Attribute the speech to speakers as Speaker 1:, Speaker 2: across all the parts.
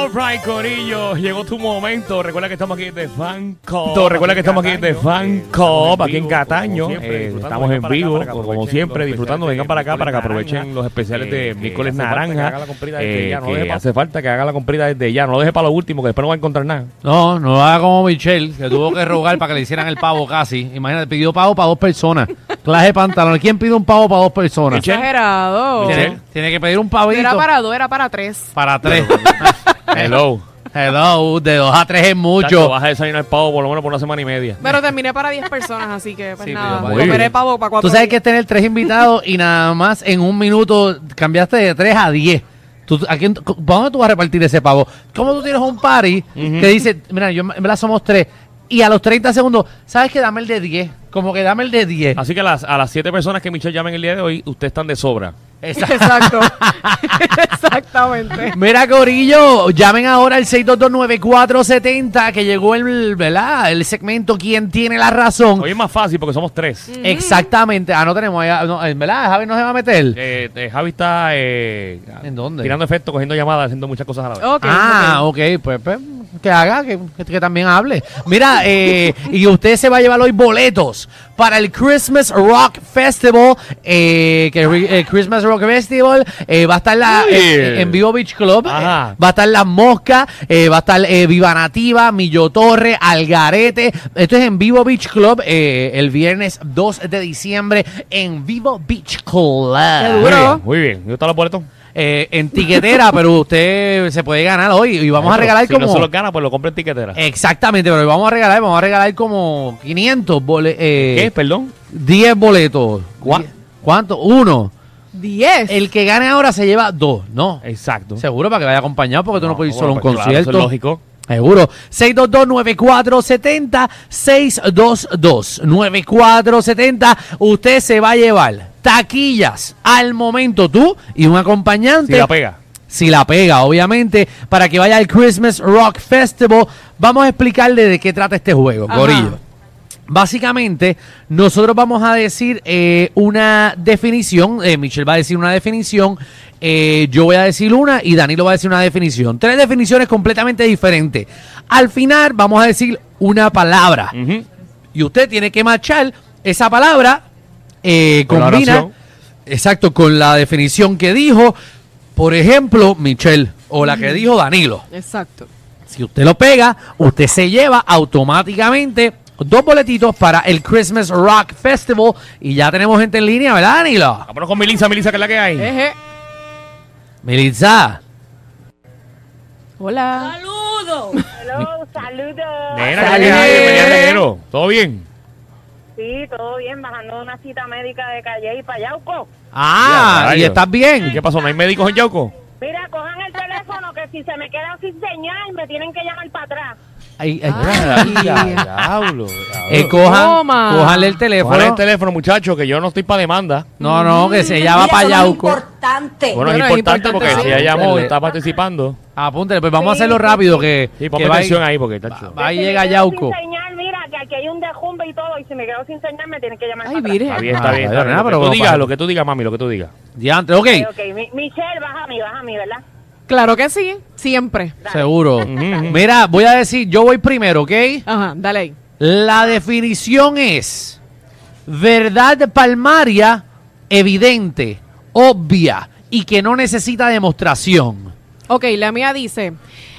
Speaker 1: Pride, Corillo. Llegó tu momento. Recuerda que estamos aquí de Fan Cop. Recuerda que estamos aquí de Fan Cop, aquí en Cataño. Eh, Estamos en Eh, vivo, como siempre, disfrutando. Vengan para acá para que aprovechen los especiales de Eh, miércoles naranja. eh, que Hace falta que haga la comprita desde ya. No lo deje para lo último, que después no va a encontrar nada.
Speaker 2: No, no haga como Michelle, que tuvo que rogar para que le hicieran el pavo casi. Imagínate, pidió pavo para dos personas. Clase de pantalón. ¿Quién pide un pavo para dos personas?
Speaker 1: Michelle.
Speaker 3: Exagerado.
Speaker 2: Tiene, tiene que pedir un pavito
Speaker 3: Era para dos, era para tres.
Speaker 2: para tres.
Speaker 1: Hello.
Speaker 2: Hello, de dos a tres es
Speaker 1: Chacho,
Speaker 2: mucho.
Speaker 1: vas a desayunar pavo por lo menos por una semana y media.
Speaker 3: Pero terminé para diez personas, así que pues
Speaker 2: Sí,
Speaker 3: nada.
Speaker 2: pero
Speaker 1: muy
Speaker 3: Comeré
Speaker 1: bien.
Speaker 3: pavo para cuatro.
Speaker 2: Tú sabes que
Speaker 3: días.
Speaker 2: es tener tres invitados y nada más en un minuto cambiaste de tres a diez. ¿Tú, a quién, cu- ¿para ¿Dónde tú vas a repartir ese pavo? ¿Cómo tú tienes un party que dice, mira, yo en verdad somos tres? Y a los 30 segundos, ¿sabes que Dame el de 10. Como que dame el de 10.
Speaker 1: Así que las- a las siete personas que Michelle llamen el día de hoy, ustedes están de sobra.
Speaker 3: Exacto. Exactamente.
Speaker 2: Mira, Corillo, llamen ahora al 6229470 que llegó el, ¿verdad? el segmento ¿Quién tiene la razón?
Speaker 1: Hoy es más fácil porque somos tres.
Speaker 2: Exactamente. Ah, no tenemos allá. No, eh, ¿Verdad? Javi no se va a meter.
Speaker 1: Eh, eh, Javi está eh,
Speaker 2: ¿En dónde?
Speaker 1: tirando efecto, cogiendo llamadas, haciendo muchas cosas a la vez.
Speaker 3: Ok.
Speaker 2: ah,
Speaker 3: ok.
Speaker 2: ok. Pues, pues, que haga, que, que- que también hable. Mira, eh, y usted se va a llevar hoy boletos para el Christmas Rock Festival. eh, que ri- eh, Christmas Rock Festival eh, va a estar la,
Speaker 1: Yeah.
Speaker 2: eh, en Vivo Beach Club.
Speaker 1: Ajá.
Speaker 2: eh, Va a estar La Mosca, eh, va a estar eh, Viva Nativa, Millo Torre, Algarete. Esto es en Vivo Beach Club eh, el viernes 2 de diciembre en Vivo Beach Club.
Speaker 3: Qué
Speaker 1: Muy
Speaker 3: duro.
Speaker 1: bien, muy bien. ¿Dónde están los boletos?
Speaker 2: Eh, en tiquetera, pero usted se puede ganar hoy y vamos a
Speaker 1: Pero
Speaker 2: regalar
Speaker 1: si
Speaker 2: como... Eh,
Speaker 1: no se los gana, pues lo compra en tiquetera.
Speaker 2: Exactamente, pero hoy vamos a regalar, vamos a regalar como 500 boletos.
Speaker 1: ¿Qué? Perdón.
Speaker 2: 10 boletos.
Speaker 1: ¿Cuá-
Speaker 2: ¿Cuánto? Uno.
Speaker 3: Diez.
Speaker 2: El que gane ahora se lleva dos, ¿no.
Speaker 1: Exacto.
Speaker 2: Seguro para que vaya acompañado porque tú no, puedes ir solo a un
Speaker 1: bueno, pues, claro, eso
Speaker 2: concierto.
Speaker 1: es lógico.
Speaker 2: Seguro. 622-9470. 622-9470. Usted se va a llevar taquillas al momento tú y un acompañante.
Speaker 1: Si la pega.
Speaker 2: Si la pega, obviamente, para que vaya al Christmas Rock Festival. Vamos a explicarle de qué trata este juego,
Speaker 3: Ajá.
Speaker 2: Gorillo. Básicamente, nosotros vamos a decir eh, una definición. eh, Michelle va a decir una definición. eh, yo voy a decir una y Danilo va a decir una definición. Tres definiciones completamente diferentes. Al final, vamos a decir una palabra.
Speaker 1: Ujú.
Speaker 2: Y usted tiene que machar esa palabra, eh,
Speaker 1: Con la
Speaker 2: combina,
Speaker 1: oración.
Speaker 2: exacto, con la definición que dijo, por ejemplo, Michelle, o la que dijo Danilo.
Speaker 3: Exacto.
Speaker 2: Si usted lo pega, usted se lleva automáticamente dos boletitos para el Christmas Rock Festival. Y ya tenemos gente en línea, ¿verdad, Danilo?
Speaker 1: Vámonos con Melissa, Melissa, que es la que hay.
Speaker 2: Eh,
Speaker 3: Eje.
Speaker 2: Melissa.
Speaker 3: Hola.
Speaker 4: Saludos. Hello, saludos.
Speaker 1: Nena, que es la que hay,
Speaker 2: Salud.
Speaker 1: bienvenida al reguero. ¿Todo bien?
Speaker 4: Sí, todo bien, bajando una cita médica de Calle y Payauco.
Speaker 1: Ya,
Speaker 2: Ah, ¿y
Speaker 1: rayos.
Speaker 2: estás bien?
Speaker 1: ¿Qué pasó? ¿No hay médicos en Yauco?
Speaker 4: Mira, cojan el teléfono que si se me quedan sin señal me tienen que llamar para atrás.
Speaker 2: Ay, ay,
Speaker 3: Ay.
Speaker 1: diablo.
Speaker 2: Ah. eh, cojan,
Speaker 3: Toma.
Speaker 2: cójanle el teléfono.
Speaker 1: Cojan el teléfono, muchachos, que yo no estoy para demanda.
Speaker 2: no, no, que se llama
Speaker 5: Mira, eso no es
Speaker 2: Payauco.
Speaker 5: importante.
Speaker 1: Bueno,
Speaker 3: Bueno,
Speaker 1: es
Speaker 3: es
Speaker 1: importante,
Speaker 3: importante,
Speaker 1: porque
Speaker 3: sí.
Speaker 1: si ella llamó y
Speaker 2: Dale.
Speaker 1: está participando.
Speaker 2: Apúntale, pues vamos
Speaker 4: Sí,
Speaker 2: a hacerlo
Speaker 4: sí,
Speaker 2: rápido
Speaker 4: sí.
Speaker 2: que,
Speaker 1: Sí,
Speaker 2: que
Speaker 1: ponme
Speaker 2: va-
Speaker 1: atención ahí porque está
Speaker 2: va- Ahí
Speaker 4: Que si
Speaker 2: llega
Speaker 4: me quedo
Speaker 2: Yauco.
Speaker 4: Sin señal, mira, que aquí hay un dejumbe y todo y si me quedo sin señal me tienen que llamar
Speaker 3: Ay,
Speaker 4: para atrás.
Speaker 3: virgen.
Speaker 1: Está bien, está
Speaker 2: Ah,
Speaker 1: bien.
Speaker 2: bueno,
Speaker 1: Está bien. Lo
Speaker 2: pero
Speaker 1: que tú
Speaker 2: como
Speaker 1: digas,
Speaker 2: para-
Speaker 1: lo que tú digas, mami, lo que tú digas.
Speaker 2: Diantre, ok,
Speaker 4: Ok, ok. Mi- Michelle, baja a mí, baja a mí, ¿verdad?
Speaker 3: Claro que sí. Siempre.
Speaker 2: seguro.
Speaker 1: ujú.
Speaker 2: Mira, voy a decir, yo voy primero, ¿ok?
Speaker 3: Ajá. Dale ahí.
Speaker 2: La definición es verdad palmaria, evidente, obvia y que no necesita demostración.
Speaker 3: Ok, la mía dice.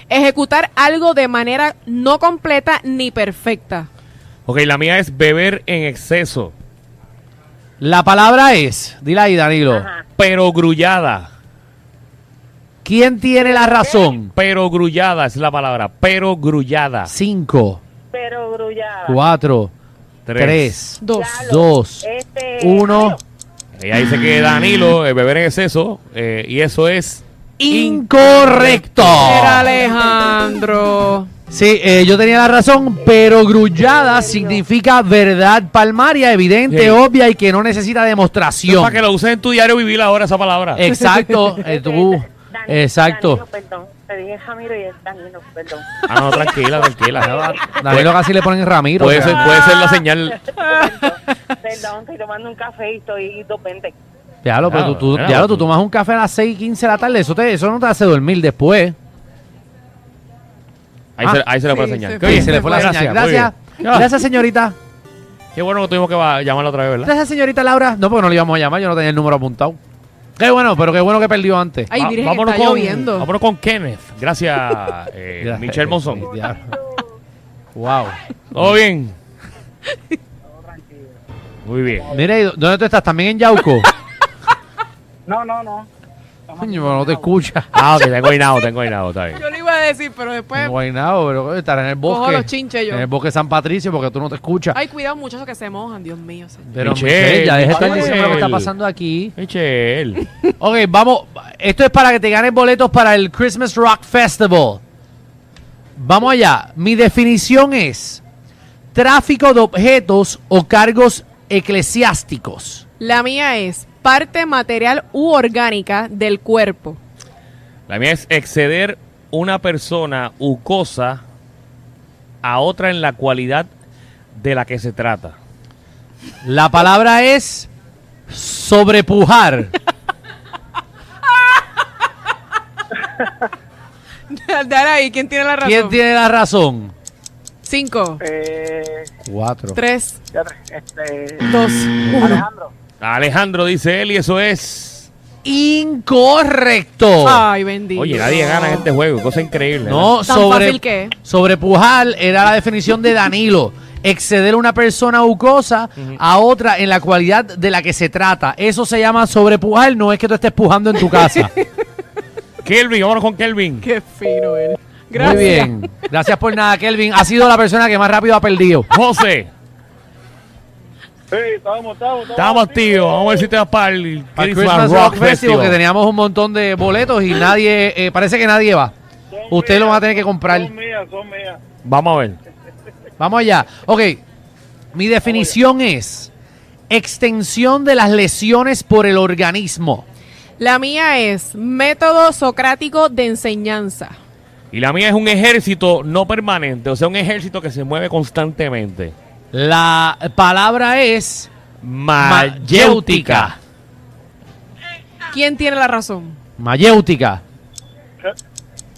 Speaker 3: Ejecutar algo de manera no completa ni perfecta.
Speaker 1: Ok, la mía es beber en exceso,
Speaker 2: La palabra es, dila ahí Danilo,
Speaker 4: Ajá.
Speaker 1: pero grullada.
Speaker 2: ¿quién tiene la razón?
Speaker 1: Pero grullada es la palabra. Pero grullada.
Speaker 2: Cinco,
Speaker 4: Pero grullada.
Speaker 2: cuatro,
Speaker 1: Tres.
Speaker 2: tres,
Speaker 3: Dos.
Speaker 4: Ya lo-
Speaker 2: dos,
Speaker 4: Este,
Speaker 2: uno.
Speaker 1: Ella dice que Danilo, eh, beber en exceso, eh, y eso es
Speaker 2: Incorrecto.
Speaker 1: Oh.
Speaker 3: Era Alejandro.
Speaker 2: Sí, eh, yo tenía la razón, pero grullada significa verdad palmaria, evidente,
Speaker 1: Sí.
Speaker 2: obvia y que no necesita
Speaker 1: Eso es
Speaker 2: demostración.
Speaker 1: para que lo uses en tu diario vivir ahora esa palabra.
Speaker 2: Exacto, eh, tú,
Speaker 4: Dan- Danilo,
Speaker 2: exacto.
Speaker 4: perdón. Te dije Jamiro y es Danilo, perdón.
Speaker 1: Ah, no, tranquila, tranquila.
Speaker 2: Danilo casi le ponen Ramiro.
Speaker 1: Puede
Speaker 2: o
Speaker 1: ser,
Speaker 2: sea.
Speaker 1: puede ser la señal.
Speaker 4: Perdón, estoy tomando un café y estoy y 220.
Speaker 2: Diablo, pero tú, tú-
Speaker 1: Claro,
Speaker 2: diablo, tú
Speaker 1: tú.
Speaker 2: tomas un café a las 6 y 15 de la tarde, eso, te, eso no te hace dormir después.
Speaker 1: Ahí,
Speaker 2: Ah,
Speaker 1: se, ahí se le fue
Speaker 3: sí,
Speaker 1: la señal.
Speaker 3: se
Speaker 1: Qué
Speaker 3: fue.
Speaker 1: bien.
Speaker 2: Se le fue la
Speaker 1: Gracias, pues.
Speaker 2: señal.
Speaker 1: muy bien.
Speaker 2: Gracias. Gracias, señorita.
Speaker 1: Qué bueno que tuvimos que va- llamarla otra vez, ¿verdad?
Speaker 2: Gracias, señorita Laura. No, porque no le íbamos a llamar, yo no tenía el número apuntado. Qué bueno, pero qué bueno que perdió antes.
Speaker 3: Ay,
Speaker 1: Va-
Speaker 3: virgen,
Speaker 1: vámonos
Speaker 3: está
Speaker 1: con,
Speaker 3: lloviendo.
Speaker 1: Vámonos con Kenneth. Gracias, eh,
Speaker 2: Gracias.
Speaker 1: Michelle Monzón.
Speaker 2: Mi diablo. wow.
Speaker 1: ¿Todo bien? Muy bien.
Speaker 2: Mira, ¿y ¿dónde tú estás? ¿También en Yauco?
Speaker 5: No, no, no.
Speaker 2: Coño, pero no te escucha.
Speaker 1: Ah, ok, tengo hinado, tengo hinado, está bien.
Speaker 3: Yo le iba a decir, pero después.
Speaker 2: En Guaynabo, pero estará en el
Speaker 3: Pues, Cojo
Speaker 2: bosque.
Speaker 3: los chinches yo.
Speaker 2: En el bosque San Patricio, porque tú no te escuchas.
Speaker 3: Ay, cuidado, muchachos que se mojan, Dios mío. señor.
Speaker 2: pero
Speaker 1: Michelle,
Speaker 2: Michelle, ya deja de estar
Speaker 1: Michelle.
Speaker 2: diciendo lo que está pasando aquí.
Speaker 1: Michelle.
Speaker 2: Ok, vamos. Esto es para que te ganes boletos para el Christmas Rock Festival. Vamos allá. Mi definición es tráfico de objetos o cargos eclesiásticos.
Speaker 3: La mía es parte material u orgánica del cuerpo.
Speaker 1: La mía es exceder una persona u cosa a otra en la cualidad de la que se trata.
Speaker 2: La palabra es sobrepujar.
Speaker 3: Dale ahí, ¿quién tiene la razón?
Speaker 2: ¿Quién tiene la razón?
Speaker 3: Cinco,
Speaker 5: Eh,
Speaker 2: Cuatro.
Speaker 3: tres,
Speaker 5: ya te- este,
Speaker 3: dos, uno.
Speaker 5: Alejandro.
Speaker 1: Alejandro dice él y eso es.
Speaker 2: Incorrecto.
Speaker 3: Ay, bendito.
Speaker 1: Oye, nadie gana en este juego, cosa increíble.
Speaker 2: No,
Speaker 3: Tan
Speaker 2: sobre,
Speaker 3: fácil que es.
Speaker 2: sobrepujar era la definición de Danilo. Exceder una persona u cosa a otra en la cualidad de la que se trata. Eso se llama sobrepujar, no es que tú estés pujando en tu casa.
Speaker 1: ¿no? Kelvin, vámonos con Kelvin.
Speaker 3: Qué fino él.
Speaker 2: Muy
Speaker 3: Gracias.
Speaker 2: bien. Gracias por nada, Kelvin. Ha sido la persona que más rápido ha perdido.
Speaker 1: José,
Speaker 5: Sí, estamos, estamos.
Speaker 1: estamos tío, vamos a ver si te vas para el
Speaker 2: Para el
Speaker 1: Christmas, Rock, Festival.
Speaker 2: que teníamos un montón de boletos y nadie, eh, parece que nadie va. Usted lo va a tener que comprar.
Speaker 5: Son mías, son mías.
Speaker 1: Vamos a ver.
Speaker 2: Vamos allá. Ok. Mi definición es extensión de las lesiones por el organismo.
Speaker 3: La mía es método socrático de enseñanza.
Speaker 1: Y la mía es un ejército no permanente, o sea, un ejército que se mueve constantemente.
Speaker 2: La palabra es
Speaker 1: Mayéutica.
Speaker 3: ¿Quién tiene la razón?
Speaker 2: mayéutica.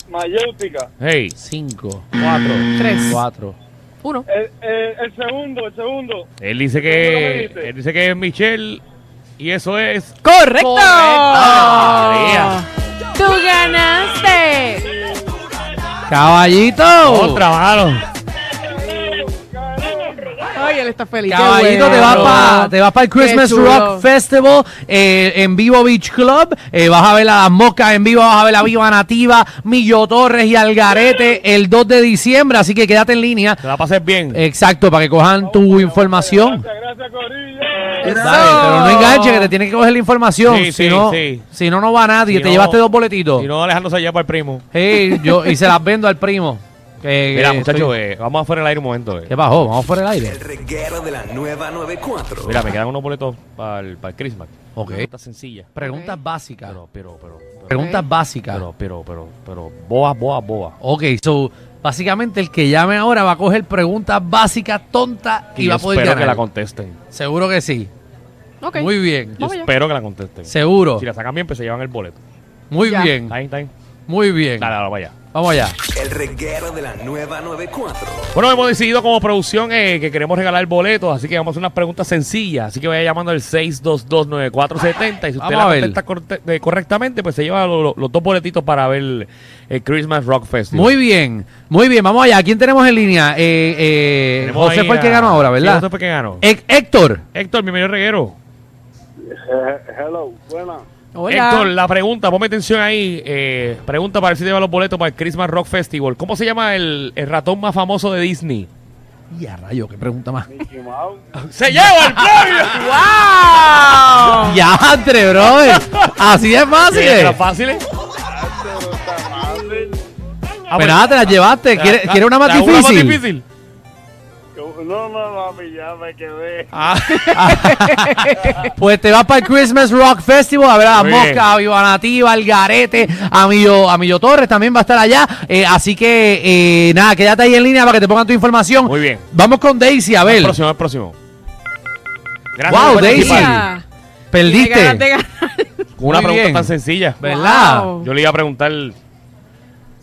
Speaker 5: Mayéutica.
Speaker 1: Hey,
Speaker 2: Cinco,
Speaker 1: cuatro.
Speaker 2: Mm.
Speaker 3: Tres,
Speaker 2: cuatro.
Speaker 3: uno.
Speaker 5: El, el, el segundo, el segundo.
Speaker 1: Él dice que él dice que es Michelle y eso es
Speaker 3: ¡Correcto!
Speaker 2: Ah.
Speaker 1: María.
Speaker 3: ¡Tú ganaste!
Speaker 2: Caballito.
Speaker 1: otra mano.
Speaker 3: Ay, él está feliz. qué
Speaker 2: Caballito, te
Speaker 3: bueno.
Speaker 2: vas para te vas para el
Speaker 3: Qué
Speaker 2: Christmas
Speaker 3: chulo.
Speaker 2: Rock Festival eh, en Vivo Beach Club. Eh, vas a ver a las moscas en vivo, vas a ver a Viva Nativa, Millo Torres y Algarete el 2 de diciembre. Así que quédate en línea.
Speaker 1: Te la pases bien.
Speaker 2: Exacto, para que cojan tu información.
Speaker 5: Gracias, gracias, Corillo.
Speaker 2: Dale, pero no enganche, que te tienes que coger la información.
Speaker 1: Sí,
Speaker 2: si,
Speaker 1: sí,
Speaker 2: no,
Speaker 1: sí.
Speaker 2: si no, no va nadie.
Speaker 1: Si
Speaker 2: te
Speaker 1: no-
Speaker 2: llevaste dos boletitos.
Speaker 1: Si no, Alejandro allá para el primo.
Speaker 2: Hey, yo, y se las vendo al primo. Que-
Speaker 1: Mira,
Speaker 2: que
Speaker 1: muchachos,
Speaker 2: estoy-
Speaker 1: eh, vamos afuera del aire un momento. eh.
Speaker 2: ¿Qué bajó? Vamos fuera del aire.
Speaker 6: El reguero de la nueva 94.
Speaker 1: Mira, me quedan unos boletos para el, para el Christmas.
Speaker 2: Ok.
Speaker 1: Está sencilla.
Speaker 2: Preguntas básicas.
Speaker 1: Pero, pero, pero, pero,
Speaker 2: Preguntas
Speaker 3: Ok.
Speaker 2: básicas.
Speaker 1: pero, pero, pero, pero, boa, boa, boa.
Speaker 2: Ok, so, básicamente el que llame ahora va a coger preguntas básicas, tontas y,
Speaker 1: yo
Speaker 2: va a poder
Speaker 1: espero
Speaker 2: ganar.
Speaker 1: que la contesten.
Speaker 2: Seguro que sí.
Speaker 3: Ok.
Speaker 2: Muy bien.
Speaker 1: Yo
Speaker 3: Vamos allá.
Speaker 1: espero que la contesten.
Speaker 2: Seguro.
Speaker 1: Si la sacan bien, pues se llevan el boleto.
Speaker 2: Muy
Speaker 3: Ya.
Speaker 2: bien.
Speaker 1: Está bien, está bien.
Speaker 2: Muy bien.
Speaker 1: Dale, dale, vaya.
Speaker 2: Vamos allá.
Speaker 6: El reguero de la nueva 94.
Speaker 1: Bueno, hemos decidido como producción eh, que queremos regalar boletos, así que vamos a hacer unas preguntas sencillas. Así que vaya llamando al 6229470 y si usted
Speaker 2: Vamos a
Speaker 1: la
Speaker 2: ver.
Speaker 1: contesta corte- eh, correctamente, pues se lleva lo- lo- los dos boletitos para ver el, Christmas Rock Festival.
Speaker 2: Muy bien. Muy bien. Vamos allá. ¿Quién tenemos en línea? Eh, eh,
Speaker 1: Tenemos
Speaker 2: José
Speaker 1: ahí
Speaker 2: fue el que
Speaker 1: a-
Speaker 2: ganó ahora,
Speaker 1: Sí,
Speaker 2: ¿verdad? Eh.
Speaker 1: José fue el que ganó.
Speaker 2: Hé- Héctor.
Speaker 1: Héctor, mi medio reguero.
Speaker 5: Eh, hello, buena.
Speaker 3: Hola.
Speaker 1: Héctor, la pregunta, ponme atención ahí. eh, pregunta para ver si te lleva los boletos para el Christmas Rock Festival. ¿Cómo se llama el, el ratón más famoso de Disney?
Speaker 2: Y a rayo, qué pregunta más.
Speaker 5: Mickey Mouse.
Speaker 1: ¡Se lleva el premio!
Speaker 3: ¡Wow!
Speaker 2: Ya, entre, brother. Así es fácil.
Speaker 1: Sí, era fácil. eh.
Speaker 5: Pero está fácil.
Speaker 1: Ah,
Speaker 2: Pero
Speaker 1: bueno.
Speaker 2: nada, te la llevaste. ¿Quiere,
Speaker 1: Ah,
Speaker 2: quiere una más
Speaker 1: ¿te hago
Speaker 2: difícil?
Speaker 5: No, no, no, ya me quedé.
Speaker 1: Ah.
Speaker 2: Pues te vas para el Christmas Rock Festival a ver a
Speaker 1: Muy
Speaker 2: Mosca,
Speaker 1: bien.
Speaker 2: a Viva Nativa, al Garete, a Millo, a Millo Torres también va a estar allá. Eh, así que eh, nada, quédate ahí en línea para que te pongan tu información.
Speaker 1: Muy bien.
Speaker 2: Vamos con Daisy, a
Speaker 1: El
Speaker 2: ver.
Speaker 1: próximo, el próximo.
Speaker 2: Wow,
Speaker 1: por
Speaker 2: Daisy.
Speaker 1: participar.
Speaker 3: Mira, tiene ganas de
Speaker 2: Perdiste.
Speaker 3: ganar.
Speaker 1: Con una
Speaker 2: Muy
Speaker 1: pregunta
Speaker 2: bien.
Speaker 1: tan sencilla.
Speaker 2: ¿Verdad?
Speaker 3: Wow.
Speaker 1: Yo le iba a preguntar. eh,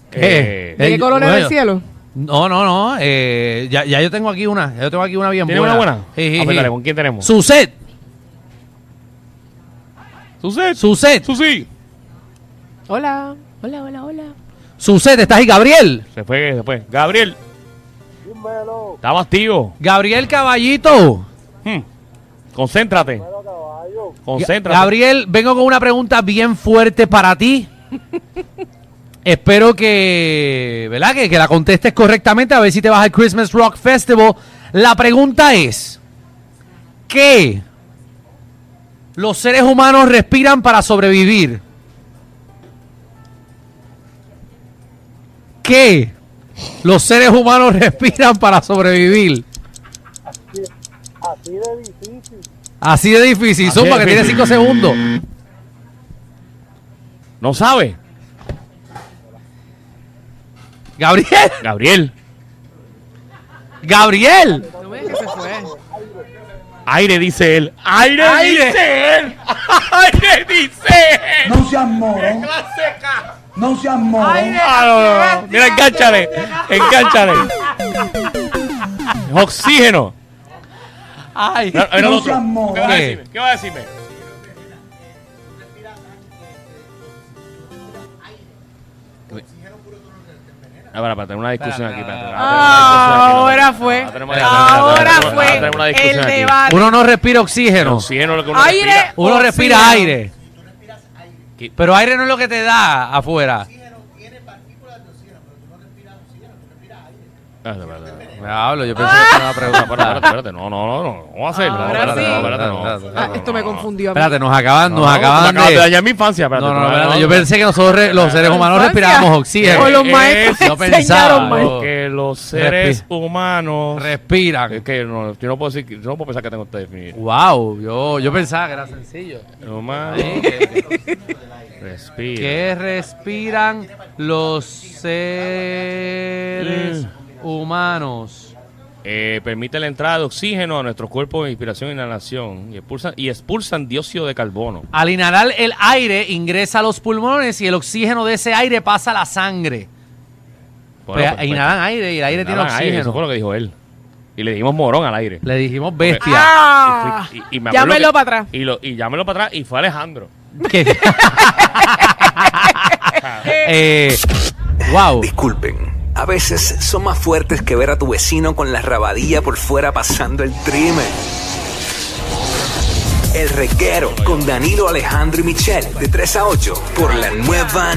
Speaker 2: ¿Qué?
Speaker 3: ¿De
Speaker 2: Eh,
Speaker 3: qué color
Speaker 2: bueno.
Speaker 3: es el cielo?
Speaker 2: No, no, no. eh, ya, ya yo tengo aquí una. Ya yo tengo aquí una bien
Speaker 1: ¿Tiene
Speaker 2: buena.
Speaker 1: una buena?
Speaker 2: Sí, sí,
Speaker 1: Ah, pues
Speaker 2: sí.
Speaker 1: dale, ¿con quién tenemos?
Speaker 2: Suset.
Speaker 1: Suset.
Speaker 2: Suset.
Speaker 1: Susi.
Speaker 3: Hola, hola, hola, hola.
Speaker 2: Suset. ¿Estás ahí, Gabriel?
Speaker 1: Se fue, se fue. Gabriel,
Speaker 5: Dímelo,
Speaker 1: estamos activos.
Speaker 2: Gabriel Caballito.
Speaker 1: Hmm. Concéntrate.
Speaker 5: pero caballo.
Speaker 1: Concéntrate.
Speaker 2: Gabriel, vengo con una pregunta bien fuerte para ti. Espero que, ¿verdad? Que, que la contestes correctamente, a ver si te vas al Christmas Rock Festival. La pregunta es, ¿qué los seres humanos respiran para sobrevivir? ¿Qué los seres humanos respiran para sobrevivir?
Speaker 5: Así de difícil.
Speaker 2: Así de difícil,
Speaker 1: Así de
Speaker 2: Zumba, que tiene
Speaker 1: difícil.
Speaker 2: 5 segundos.
Speaker 1: No sabe.
Speaker 2: Gabriel,
Speaker 1: Gabriel.
Speaker 2: Gabriel.
Speaker 3: No me digas que se fue.
Speaker 1: Aire, dice él. Aire,
Speaker 2: Aire.
Speaker 1: dice él. Aire, dice él. No seas morón. No seas morón. Mira, encánchale. Encánchale. Oxígeno.
Speaker 2: Ay.
Speaker 1: Mira, mira el otro. ¿Qué vas a
Speaker 2: ¿Qué?
Speaker 1: decirme? ¿Qué vas a decirme? Ah, para, para tener una discusión aquí. para tener-
Speaker 3: Ah, Ahora fue.
Speaker 1: Ah, tenemos-
Speaker 3: Ahora
Speaker 1: tenemos- ah, tenemos una
Speaker 3: fue
Speaker 1: discusión
Speaker 3: el
Speaker 1: aquí.
Speaker 3: debate.
Speaker 2: Uno no respira oxígeno.
Speaker 1: Oxígeno lo que uno
Speaker 3: Aire.
Speaker 1: respira.
Speaker 2: Uno
Speaker 3: Oxígeno.
Speaker 2: respira aire. Pero aire no es lo que te da afuera.
Speaker 1: Ah, espérate, espérate.
Speaker 2: Me hablo, yo pensé que era una
Speaker 1: Espérate, espérate, espérate. No, no, no, no. ¿Cómo va a hacer? No,
Speaker 3: Ah, Ahora
Speaker 1: espérate,
Speaker 3: sí.
Speaker 1: no, espérate, no.
Speaker 2: Espérate, espérate.
Speaker 3: Ah, esto me
Speaker 1: No, no, no.
Speaker 3: confundió a mí.
Speaker 2: Espérate, nos acaban, nos
Speaker 1: No, me
Speaker 2: acaban
Speaker 1: acabas de
Speaker 2: de.
Speaker 1: dañar mi infancia.
Speaker 2: No,
Speaker 1: Espérate,
Speaker 2: no,
Speaker 1: no,
Speaker 2: espérate,
Speaker 1: no.
Speaker 2: yo pensé que nosotros re- los seres humanos respirábamos
Speaker 3: O
Speaker 2: oxígeno.
Speaker 3: los maestros
Speaker 1: Eso
Speaker 2: yo
Speaker 3: enseñaron
Speaker 2: pensaba,
Speaker 3: mal.
Speaker 2: yo-
Speaker 1: Que los seres humanos. Es
Speaker 2: Respiran.
Speaker 1: que no, yo no puedo decir, yo no puedo pensar que tengo que definir.
Speaker 2: Wow, yo, yo pensaba que era sencillo.
Speaker 1: Humano. Respira.
Speaker 2: que respiran los seres humanos.
Speaker 1: Eh, permite la entrada de oxígeno a nuestros cuerpos de inspiración e inhalación y expulsan, y expulsan dióxido de carbono.
Speaker 2: Al inhalar el aire ingresa a los pulmones y el oxígeno de ese aire pasa a la sangre.
Speaker 1: Bueno,
Speaker 2: Pues,
Speaker 1: pues,
Speaker 2: inhalan aire y el aire tiene
Speaker 1: inhalan aire,
Speaker 2: oxígeno.
Speaker 1: eso fue lo que dijo él. Y le dijimos morón al aire.
Speaker 2: Le dijimos bestia.
Speaker 3: Ah,
Speaker 1: Y fui- y- y me acuerdo
Speaker 3: Llámelo
Speaker 1: que-
Speaker 3: para atrás.
Speaker 1: Y, lo, y llámelo para atrás y fue Alejandro.
Speaker 2: Que- Eh, wow.
Speaker 6: Disculpen, a veces son más fuertes que ver a tu vecino con la rabadilla por fuera pasando el trimmer. El reguero con Danilo Alejandro y Michel de 3 a 8 por la nueva